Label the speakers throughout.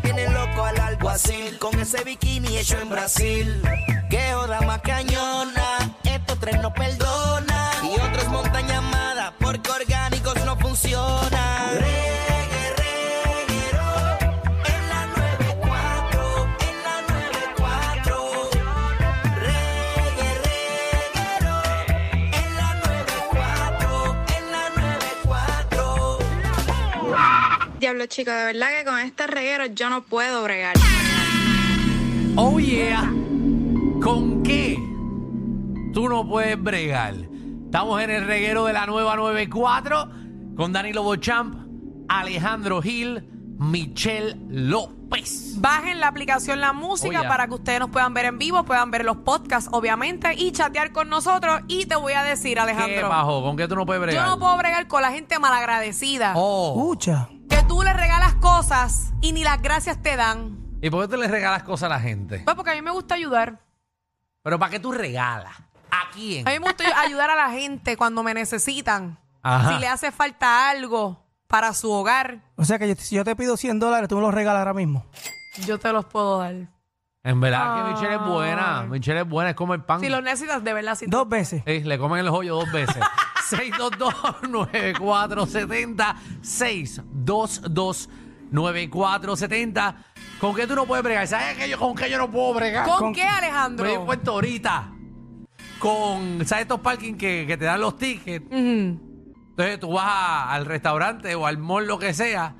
Speaker 1: tiene loco al alguacil, con ese bikini hecho en Brasil. Que joda más cañona, estos tres no perdonan, y otros montan llamadas porque orgánicos no funcionan. Reggae, reguero, en la 94, en la 94. Reggae, reguero, en la 94, en la 94.
Speaker 2: Diablo, chico, de verdad que con este reguero yo no puedo bregar.
Speaker 3: Oh yeah. ¿Con qué? Tú no puedes bregar. Estamos en el reguero de la nueva 94 con Danilo Bochamp, Alejandro Gil, Michelle López.
Speaker 4: Bajen la aplicación La Música
Speaker 3: Oh, ya.
Speaker 4: para que ustedes nos puedan ver en vivo, puedan ver los podcasts, obviamente, y chatear con nosotros. Y te voy a decir,
Speaker 3: ¿Qué
Speaker 4: Alejandro,
Speaker 3: bajo? ¿Con qué tú no puedes bregar?
Speaker 4: yo no puedo bregar con la gente malagradecida.
Speaker 3: Oh.
Speaker 4: Que tú le regalas cosas y ni las gracias te dan.
Speaker 3: ¿Y por qué tú le regalas cosas a la gente?
Speaker 4: Pues porque a mí me gusta ayudar.
Speaker 3: ¿Pero para qué tú regalas? ¿A quién?
Speaker 4: A mí me gusta ayudar a la gente cuando me necesitan.
Speaker 3: Ajá.
Speaker 4: Si le hace falta algo para su hogar,
Speaker 5: O sea que yo- si yo te pido 100 dólares, tú me los regalas ahora mismo.
Speaker 4: yo te los puedo dar.
Speaker 3: En verdad que Michelle es buena. Michelle es buena, es como el pan.
Speaker 4: Si los necesitas, de verdad, si tú-
Speaker 5: Dos veces.
Speaker 3: Sí, le comen el hoyo dos veces. 622-9470. 622-9470. ¿Con qué tú no puedes bregar? ¿Sabes qué yo, con qué yo no puedo bregar?
Speaker 4: ¿Con,
Speaker 5: Con-
Speaker 4: qué, Alejandro?
Speaker 3: Me di cuenta ahorita. Con, ¿sabes estos parking que, que te dan los tickets?
Speaker 4: Ujú.
Speaker 3: Entonces tú vas a- al restaurante o al mall, lo que sea.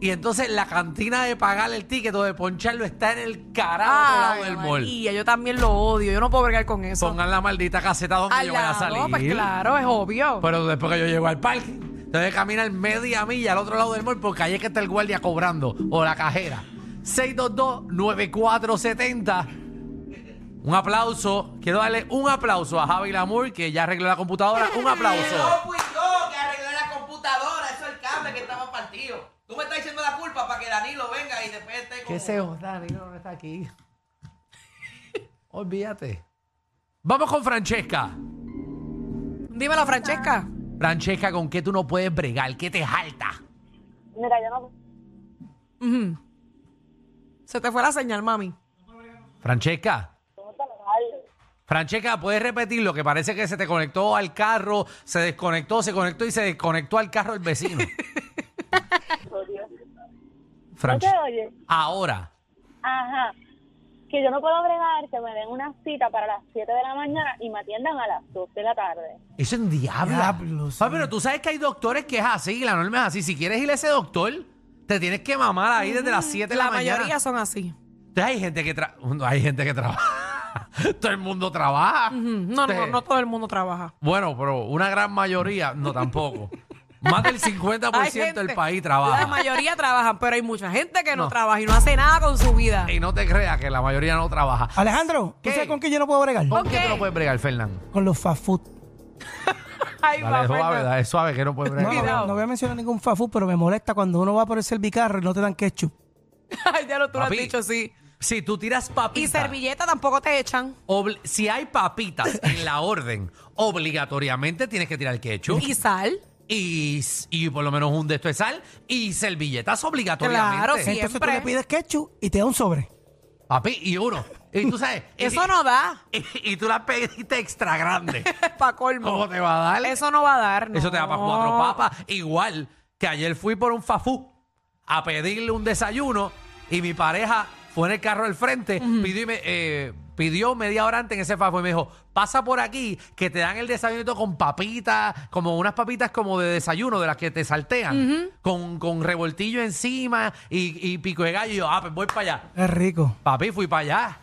Speaker 3: Y entonces la cantina de pagar el ticket o de poncharlo está en el carajo
Speaker 4: Ay,
Speaker 3: lado del mall.
Speaker 4: Ah, María, yo también lo odio. Yo no puedo bregar con eso.
Speaker 3: Pongan la maldita caseta donde
Speaker 4: Al
Speaker 3: yo voy a
Speaker 4: lado,
Speaker 3: salir. Pues-
Speaker 4: pues claro, es obvio.
Speaker 3: Pero después que yo llego al parque, entonces caminar media milla al otro lado del mall porque ahí es que está el guardia cobrando o la cajera. 622-9470. Un aplauso. Quiero darle un aplauso a Javi Lamour que ya arregló la computadora. Un aplauso.
Speaker 6: fui yo que arreglé la computadora, eso es el cable que estaba partido. Tú me estás diciendo la culpa para que Danilo venga y después esté con...
Speaker 3: joda, no está aquí. Olvídate. Vamos con Francesca.
Speaker 4: Dímelo, Francesca.
Speaker 3: Francesca, ¿con qué tú no puedes bregar? ¿Qué te jalta?
Speaker 7: Mira, yo no.
Speaker 4: Ujú. Se te fue la señal, mami.
Speaker 3: Francesca.
Speaker 7: ¿Cómo te lo hago?
Speaker 3: Francesca, ¿puedes repetir lo que parece que se te conectó al carro, se desconectó, se conectó y se desconectó al carro el vecino?
Speaker 7: Oh, Dios. ¿No te
Speaker 3: Francesca.
Speaker 7: oyes?
Speaker 3: Ahora.
Speaker 7: Ajá. Que yo no puedo bregar que me den una cita para las 7 de la mañana y me atiendan a las 2 de la tarde.
Speaker 3: Eso en diablo.
Speaker 5: Diablo, sí.
Speaker 3: pero tú sabes que hay doctores que es así, la norma es así. Si quieres ir a ese doctor, te tienes que mamar ahí desde las 7 de la,
Speaker 4: la
Speaker 3: mañana.
Speaker 4: mayoría son así.
Speaker 3: Entonces, hay gente que tra- hay gente que trabaja. Todo el mundo trabaja.
Speaker 4: Ujú. No, no,
Speaker 3: Ustedes-
Speaker 4: no todo el mundo trabaja.
Speaker 3: Bueno, pero una gran mayoría, no tampoco. Más del 50% del
Speaker 4: gente-
Speaker 3: país
Speaker 4: La
Speaker 3: trabaja.
Speaker 4: mayoría trabajan, pero hay mucha gente que no,
Speaker 3: No.
Speaker 4: trabaja y no hace nada con su vida.
Speaker 3: Y no te creas que la mayoría no trabaja.
Speaker 5: Alejandro, ¿tú
Speaker 3: ¿Qué?
Speaker 5: sabes con qué yo no puedo bregar?
Speaker 3: ¿Por qué
Speaker 4: Ok.
Speaker 3: tú no puedes bregar, Fernando?
Speaker 5: Con los fast food.
Speaker 4: Ay,
Speaker 3: Dale
Speaker 4: papá,
Speaker 3: suave,
Speaker 4: no.
Speaker 3: dale suave, que no puedes
Speaker 5: No,
Speaker 3: bregar.
Speaker 4: Cuidado.
Speaker 5: no, no voy a mencionar ningún fast food, pero me molesta cuando uno va por el servicarro y no te dan ketchup.
Speaker 4: Ay, ya lo tú lo has
Speaker 3: Papi.
Speaker 4: dicho, sí.
Speaker 3: Si tú tiras
Speaker 4: Y
Speaker 3: papitas,
Speaker 4: servilleta tampoco te echan.
Speaker 3: obli- si hay papitas en la orden, obligatoriamente tienes que tirar ketchup
Speaker 4: Y sal.
Speaker 3: y, y por lo menos un de esto de sal y servilletas obligatoriamente.
Speaker 4: Claro, sí.
Speaker 5: Entonces tú
Speaker 4: Siempre.
Speaker 5: le pides ketchup y te da un sobre.
Speaker 3: Papi, y uno. Y tú sabes. y-
Speaker 4: Eso no da.
Speaker 3: Y, y tú la pediste extra grande.
Speaker 4: Pa' colmo.
Speaker 3: ¿Cómo te va a dar?
Speaker 4: Eso no va a dar. no.
Speaker 3: Eso te da para cuatro papas. Igual que ayer fui por un fafú a pedirle un desayuno y mi pareja fue en el carro al frente, pidió y me, eh, Pidió media hora antes en ese fafo y me dijo, pasa por aquí que te dan el desayuno con papitas, como unas papitas como de desayuno, de las que te saltean, con, con revoltillo encima y, y pico de gallo. Y yo, ah, pues voy para allá.
Speaker 5: Es rico.
Speaker 3: Papi, fui para allá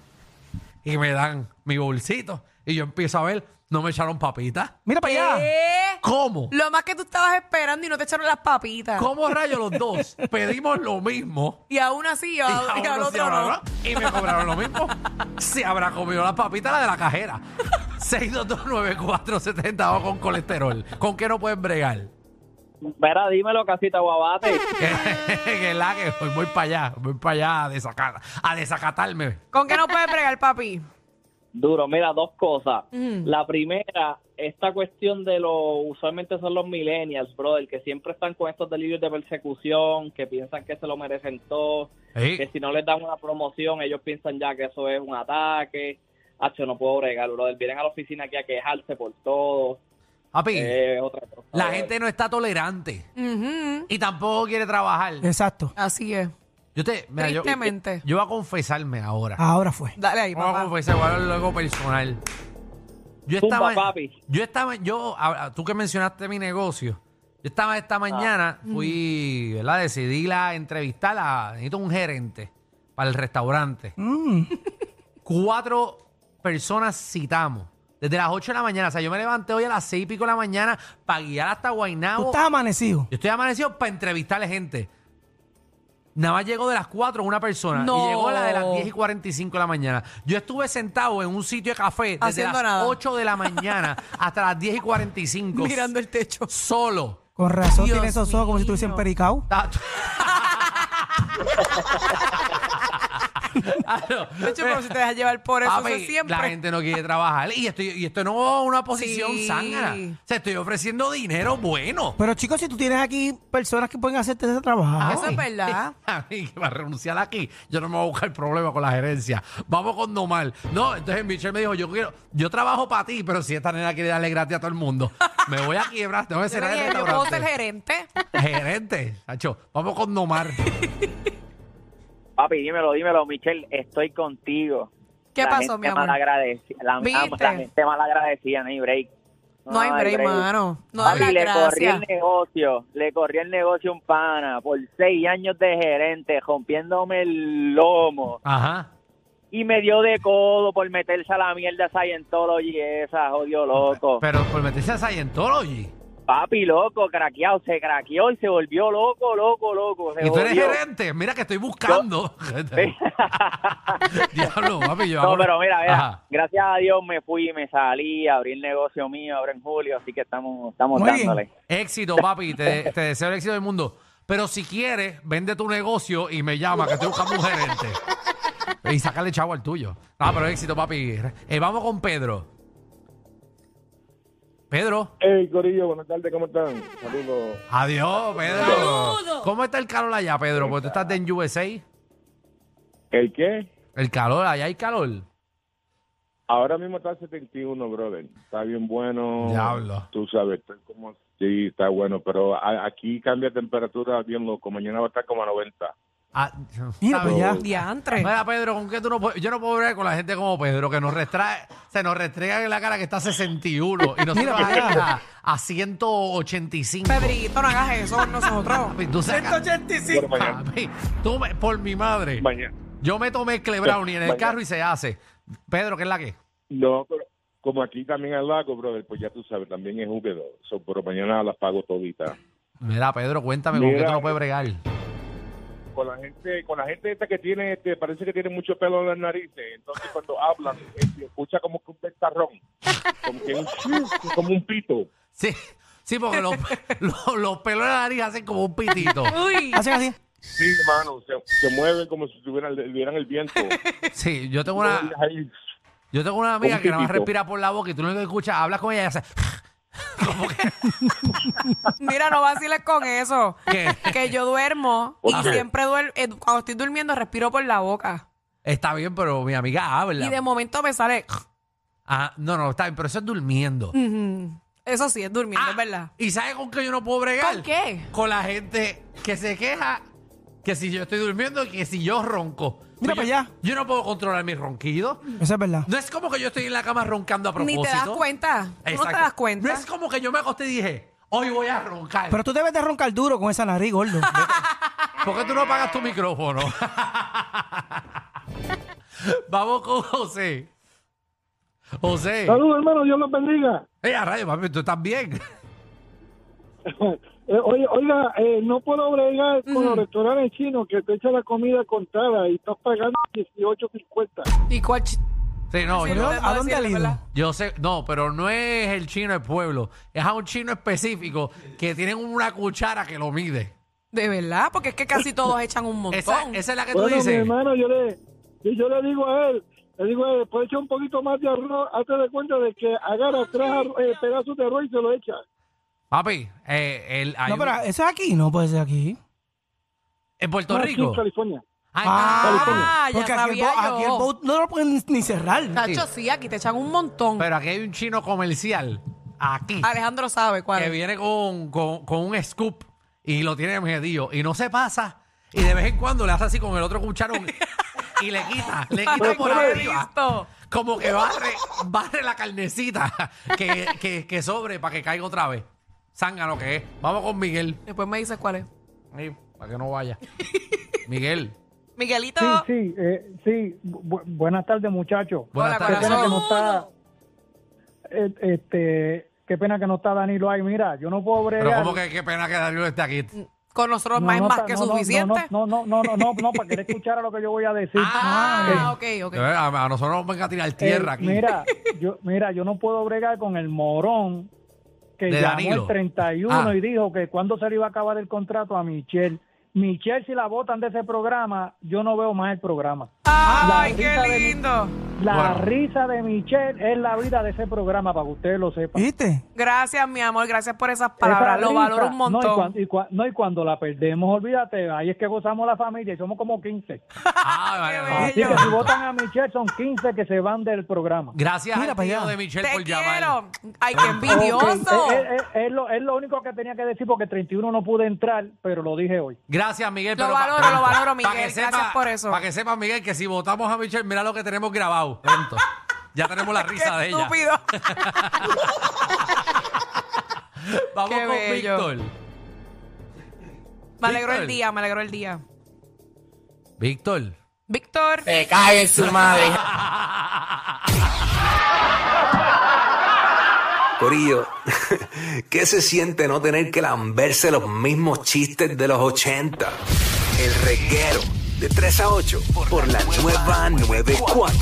Speaker 3: y me dan mi bolsito. Y yo empiezo a ver, no me echaron papitas.
Speaker 5: Mira para allá.
Speaker 4: ¿Qué?
Speaker 3: ¿Cómo?
Speaker 4: Lo más que tú estabas esperando y no te echaron las papitas.
Speaker 3: ¿Cómo rayos los dos pedimos lo mismo?
Speaker 4: Y aún así, yo,
Speaker 3: a
Speaker 4: y al
Speaker 3: uno se
Speaker 4: otro no.
Speaker 3: habrá- y me cobraron lo mismo. Se habrá comido las papitas, la de la cajera. 6229470 o con colesterol. ¿Con qué no pueden bregar?
Speaker 8: Verá, dímelo, casita guabate.
Speaker 3: que es la que voy, voy para allá, voy para allá a, desacar- a desacatarme.
Speaker 4: ¿Con qué no puedes bregar, papi?
Speaker 8: Duro, mira, dos cosas. La primera, esta cuestión de lo, usualmente son los millennials, brother, que siempre están con estos delirios de persecución, que piensan que se lo merecen todos,
Speaker 3: Sí.
Speaker 8: que si no les dan una promoción, ellos piensan ya que eso es un ataque. Hacho, no puedo bregar, brother. Vienen a la oficina aquí a quejarse por todo.
Speaker 3: Papi,
Speaker 8: Eh, otra cosa,
Speaker 3: la
Speaker 8: brother.
Speaker 3: gente no está tolerante
Speaker 4: Ujú.
Speaker 3: y tampoco quiere trabajar.
Speaker 5: Exacto.
Speaker 4: Así es.
Speaker 3: Yo te, mira, yo,
Speaker 4: Tristemente.
Speaker 3: yo voy a confesarme ahora.
Speaker 5: Ahora fue.
Speaker 4: Dale ahí,
Speaker 3: Vamos a
Speaker 4: papá.
Speaker 3: confesar, voy a hablar luego personal. Yo
Speaker 8: Zumba,
Speaker 3: estaba,
Speaker 8: papi.
Speaker 3: yo estaba, yo, a- a- tú que mencionaste mi negocio, yo estaba
Speaker 8: Ah.
Speaker 3: esta mañana, fui, ¿verdad? Decidí la entrevistar a, necesito un gerente para el restaurante.
Speaker 4: Mm.
Speaker 3: Cuatro personas citamos. Desde las 8 de la mañana, o sea, yo me levanté hoy a las 6 y pico de la mañana para guiar hasta
Speaker 5: Tú
Speaker 3: Guaynabo.
Speaker 5: estás amanecido.
Speaker 3: Yo estoy amanecido para entrevistarle gente. Nada más llegó de las 4 una persona
Speaker 4: No.
Speaker 3: y llegó la de las 10 y 45 de la mañana. Yo estuve sentado en un sitio de café desde
Speaker 4: Haciendo
Speaker 3: las
Speaker 4: nada.
Speaker 3: 8 de la mañana hasta las 10 y 45.
Speaker 4: Mirando el techo.
Speaker 3: Solo.
Speaker 5: Con razón
Speaker 4: Dios
Speaker 5: tiene esos ojos como si
Speaker 4: mío.
Speaker 5: estuviesen pericao.
Speaker 3: Ta- Claro.
Speaker 4: De hecho, pero si te dejas llevar por eso,
Speaker 3: Ah, Papi,
Speaker 4: eso es siempre.
Speaker 3: la gente no quiere trabajar. Y, estoy, y esto no es una posición
Speaker 4: Sí.
Speaker 3: zángana. O sea, estoy ofreciendo dinero bueno.
Speaker 5: Pero chicos, si tú tienes aquí personas que pueden hacerte ese trabajo.
Speaker 4: Eso es verdad.
Speaker 3: A mí que va a renunciar aquí. Yo no me voy a buscar problema con la gerencia. Vamos con Nomar. No, entonces Michelle me dijo, yo quiero, yo trabajo para ti, pero si esta nena quiere darle gratis a todo el mundo, me voy a quiebrar, tengo que
Speaker 4: Yo
Speaker 3: cerrar el
Speaker 4: dije, yo puedo ser
Speaker 3: restaurante.
Speaker 4: gerente.
Speaker 3: Gerente, Nacho, vamos con Nomar.
Speaker 8: Papi, dímelo, dímelo, Michelle, estoy contigo.
Speaker 4: ¿Qué
Speaker 8: la
Speaker 4: pasó,
Speaker 8: gente
Speaker 4: mi amor?
Speaker 8: malagradecida- la,
Speaker 4: ¿Viste?
Speaker 8: la gente malagradecida, no hay break.
Speaker 4: No hay break, mano. No da
Speaker 8: Papi,
Speaker 4: las
Speaker 8: le corrí
Speaker 4: gracias.
Speaker 8: el negocio, le corrí el negocio a un pana por seis años de gerente, rompiéndome el lomo.
Speaker 3: Ajá.
Speaker 8: Y me dio de codo por meterse a la mierda Scientology esa, jodido loco.
Speaker 3: Pero por meterse a Scientology.
Speaker 8: Papi, loco, craqueado, se craqueó y se volvió loco, loco, loco. se
Speaker 3: Y tú eres
Speaker 8: volvió.
Speaker 3: gerente, mira que estoy buscando. Diablo, papi, yo
Speaker 8: No,
Speaker 3: hago-
Speaker 8: pero mira, mira,
Speaker 3: Ajá.
Speaker 8: gracias a Dios me fui, me salí, abrí el negocio mío, ahora en julio, así que estamos, estamos
Speaker 5: Muy bien.
Speaker 8: dándole.
Speaker 3: Éxito, papi. Te, te deseo el éxito del mundo. Pero si quieres, vende tu negocio y me llama, que estoy buscando un gerente. Y sacarle chavo al tuyo. Ah, pero éxito, papi. Eh, vamos con Pedro. Pedro.
Speaker 7: Hey, Corillo, buenas tardes, ¿cómo están? Saludos.
Speaker 3: Adiós, Pedro. ¿Cómo está el calor allá, Pedro? Porque tú estás en USA.
Speaker 7: ¿El qué?
Speaker 3: El calor, allá hay calor.
Speaker 7: Ahora mismo está 71, brother. Está bien bueno.
Speaker 3: Diablo.
Speaker 7: Tú sabes, estoy como... Sí, está bueno, pero a- aquí cambia temperatura bien loco. Mañana va a estar como a 90.
Speaker 3: Ah,
Speaker 5: Mira
Speaker 3: ¿sabes?
Speaker 5: para allá.
Speaker 4: Diantre.
Speaker 3: Mira, Pedro, ¿con qué tú no puedes? Yo no puedo ver con la gente como Pedro, que nos restrae, se nos restrega en la cara que está a 61 y nosotros
Speaker 5: Mira para allá.
Speaker 3: a, a 185.
Speaker 4: Pedrito, no hagas eso con nosotros.
Speaker 3: Papi, tú sacas-
Speaker 7: Pero mañana,
Speaker 3: Papi, tú me- por mi madre.
Speaker 7: mañana.
Speaker 3: Yo me tomé Clebrowni en el
Speaker 7: Mañana.
Speaker 3: carro y se hace. Pedro, ¿qué es la que?
Speaker 7: No, pero como aquí también al lago, brother, pues ya tú sabes, también es húmedo. So, pero mañana las pago todita.
Speaker 3: Mira, Pedro, cuéntame, ¿con qué
Speaker 7: Mira.
Speaker 3: tú no puedes bregar?
Speaker 7: Con la gente, con la gente esta que tiene, este, parece que tiene mucho pelo en las narices. Entonces cuando hablan, eh, se escucha como que un ventarrón. Como que un, como un pito.
Speaker 3: Sí, sí porque los, los- los pelos de la nariz hacen como un pitito.
Speaker 4: Uy.
Speaker 5: Hacen así.
Speaker 7: Sí, hermano, se, se mueven como si tuvieran, le dieran el viento.
Speaker 3: Sí, yo tengo una,
Speaker 7: Ahí.
Speaker 3: yo tengo una amiga
Speaker 7: Un
Speaker 3: que nada más
Speaker 7: pitito.
Speaker 3: respira por la boca y tú lo único que escuchas, hablas con ella y hace... como que-
Speaker 4: Mira, no vaciles con eso.
Speaker 3: ¿Qué?
Speaker 4: Que yo duermo y
Speaker 7: ¿Por qué?
Speaker 4: siempre duermo. Cuando estoy durmiendo, respiro por la boca.
Speaker 3: Está bien, pero mi amiga habla.
Speaker 4: Y de momento me sale.
Speaker 3: Ah, no, no, está bien, pero eso es durmiendo.
Speaker 4: Ujú. Eso sí, Mm. es durmiendo,
Speaker 3: Ah,
Speaker 4: es verdad.
Speaker 3: ¿Y sabes con qué yo no puedo bregar?
Speaker 4: ¿Con qué?
Speaker 3: Con la gente que se queja que si yo estoy durmiendo y que si yo ronco.
Speaker 5: Mira
Speaker 3: Pues
Speaker 5: para
Speaker 3: yo-
Speaker 5: allá.
Speaker 3: Yo no puedo controlar mis ronquidos.
Speaker 5: Eso es verdad.
Speaker 3: No es como que yo estoy en la cama roncando a
Speaker 4: Ni
Speaker 3: propósito.
Speaker 4: te das cuenta. Tú no te
Speaker 3: Exacto.
Speaker 4: das cuenta.
Speaker 3: No es como que yo me acosté y dije, hoy voy a roncar.
Speaker 5: Pero tú debes de roncar duro con esa nariz, gordo.
Speaker 3: ¿Por qué tú no apagas tu micrófono? Vamos con José. José.
Speaker 8: Saludos, hermano, Dios los bendiga.
Speaker 3: Ey, a rayo, papi, tú también.
Speaker 8: Eh, oye, oiga, eh, no puedo bregar con los restaurantes chinos que te echan la comida contada y estás pagando 18.50.
Speaker 4: ¿Y cuál?
Speaker 3: Sí, no, yo,
Speaker 5: ¿A dónde ha ido?
Speaker 3: yo sé, no, pero no es el chino del pueblo, es a un chino específico que tienen una cuchara que lo mide.
Speaker 4: De verdad, porque es que casi todos echan un montón.
Speaker 3: Esa, esa es la que tú
Speaker 8: Bueno, mi
Speaker 3: dices.
Speaker 8: hermano, yo le, yo, yo le digo a él, le digo a él, puede echar un poquito más de arroz, hazte de cuenta de que agarra tres arro- eh, pedazos de arroz y se lo echa.
Speaker 3: Papi, eh, el, hay
Speaker 5: No,
Speaker 3: un-
Speaker 5: pero eso es aquí, no puede ser aquí.
Speaker 3: en Puerto
Speaker 8: No, aquí
Speaker 3: Rico.
Speaker 8: en California.
Speaker 3: Ay,
Speaker 4: Ah, ya
Speaker 5: Porque aquí, el
Speaker 4: sabía
Speaker 5: bo- aquí el
Speaker 4: yo.
Speaker 5: boat no lo pueden ni cerrar.
Speaker 4: Tacho, sí, aquí te echan un montón.
Speaker 3: Pero aquí hay un chino comercial, aquí,
Speaker 4: Alejandro sabe cuál.
Speaker 3: que
Speaker 4: es.
Speaker 3: viene con, con- con un scoop y lo tiene medido y no se pasa. Y de vez en cuando le hace así con el otro cucharón y le quita, le
Speaker 4: Ay,
Speaker 3: quita por
Speaker 4: qué
Speaker 3: arriba.
Speaker 4: listo.
Speaker 3: Como que barre, barre la carnecita que, que- que sobre para que caiga otra vez. Sanga lo que es. Vamos con Miguel.
Speaker 4: Después me dices cuál es.
Speaker 3: Ahí, para que no vaya. Miguel.
Speaker 4: Miguelito.
Speaker 8: Sí, sí, eh, sí. Bu- buenas tardes, muchachos.
Speaker 3: Buenas
Speaker 4: Hola,
Speaker 8: Qué
Speaker 3: tardes.
Speaker 8: pena que
Speaker 4: corazón.
Speaker 8: no está. eh, Este, qué pena que no está Danilo ahí. Mira, yo no puedo bregar.
Speaker 3: Pero como que qué pena que Darío esté aquí.
Speaker 4: Con nosotros
Speaker 8: No,
Speaker 4: más es
Speaker 8: no
Speaker 4: más
Speaker 8: está-
Speaker 4: que
Speaker 8: no, no,
Speaker 4: suficiente.
Speaker 8: No, no, no, no, no, no, para que le escuchara lo que yo voy a decir.
Speaker 4: Ah, ok, ok.
Speaker 3: Eh, A, a nosotros nos venga a tirar
Speaker 8: Eh,
Speaker 3: tierra aquí.
Speaker 8: Mira, yo, mira, yo no puedo bregar con el morón que
Speaker 3: De
Speaker 8: llamó
Speaker 3: Danilo.
Speaker 8: el 31
Speaker 3: Ah.
Speaker 8: y dijo que cuando se le iba a acabar el contrato a Michelle. Michelle, si la votan de ese programa, yo no veo más el programa.
Speaker 4: Ay,
Speaker 8: La
Speaker 4: qué
Speaker 8: risa de-
Speaker 4: lindo.
Speaker 8: La
Speaker 3: Bueno.
Speaker 8: risa de Michelle es la vida de ese programa, para que ustedes lo sepan.
Speaker 5: ¿Viste?
Speaker 4: Gracias, mi amor. Gracias por esas
Speaker 8: Esa
Speaker 4: palabras. Lo
Speaker 8: risa,
Speaker 4: valoro un
Speaker 8: No y,
Speaker 4: montón.
Speaker 8: cuan- y cuan- no, y cuando la perdemos, olvídate, ahí es que gozamos la familia y somos como 15.
Speaker 3: Ah, vale,
Speaker 4: Qué
Speaker 3: vale.
Speaker 8: Así que si votan a Michelle, son 15 que se van del programa.
Speaker 3: Gracias
Speaker 5: Mira
Speaker 3: al
Speaker 5: para
Speaker 3: tío
Speaker 5: allá.
Speaker 3: de Michelle
Speaker 4: Te
Speaker 3: por llamar.
Speaker 4: quiero. Ay,
Speaker 8: eh,
Speaker 4: qué envidioso.
Speaker 8: Ok, Es, es- es- es lo, es lo único que tenía que decir porque 31 no pude entrar, pero lo dije hoy.
Speaker 3: Gracias, Miguel.
Speaker 4: Lo
Speaker 3: pero pa-
Speaker 4: valoro,
Speaker 3: pa-
Speaker 4: lo valoro,
Speaker 3: pa'
Speaker 4: Miguel.
Speaker 3: que
Speaker 4: Gracias
Speaker 3: sepa-
Speaker 4: por eso.
Speaker 3: Para que sepa, Miguel, que si votamos a Michelle, mira lo que tenemos grabado. Pronto. Ya tenemos la risa de ella.
Speaker 4: Qué estúpido.
Speaker 3: Vamos
Speaker 4: Qué
Speaker 3: con
Speaker 4: bello.
Speaker 3: Víctor.
Speaker 4: Me alegró el
Speaker 3: Víctor.
Speaker 4: día, me alegró el día.
Speaker 3: Víctor.
Speaker 4: Víctor.
Speaker 6: Te cae en su madre.
Speaker 9: Corillo, ¿qué se siente no tener que lamberse los mismos chistes de los 80? El reguero de 3 a 8 por la nueva 94.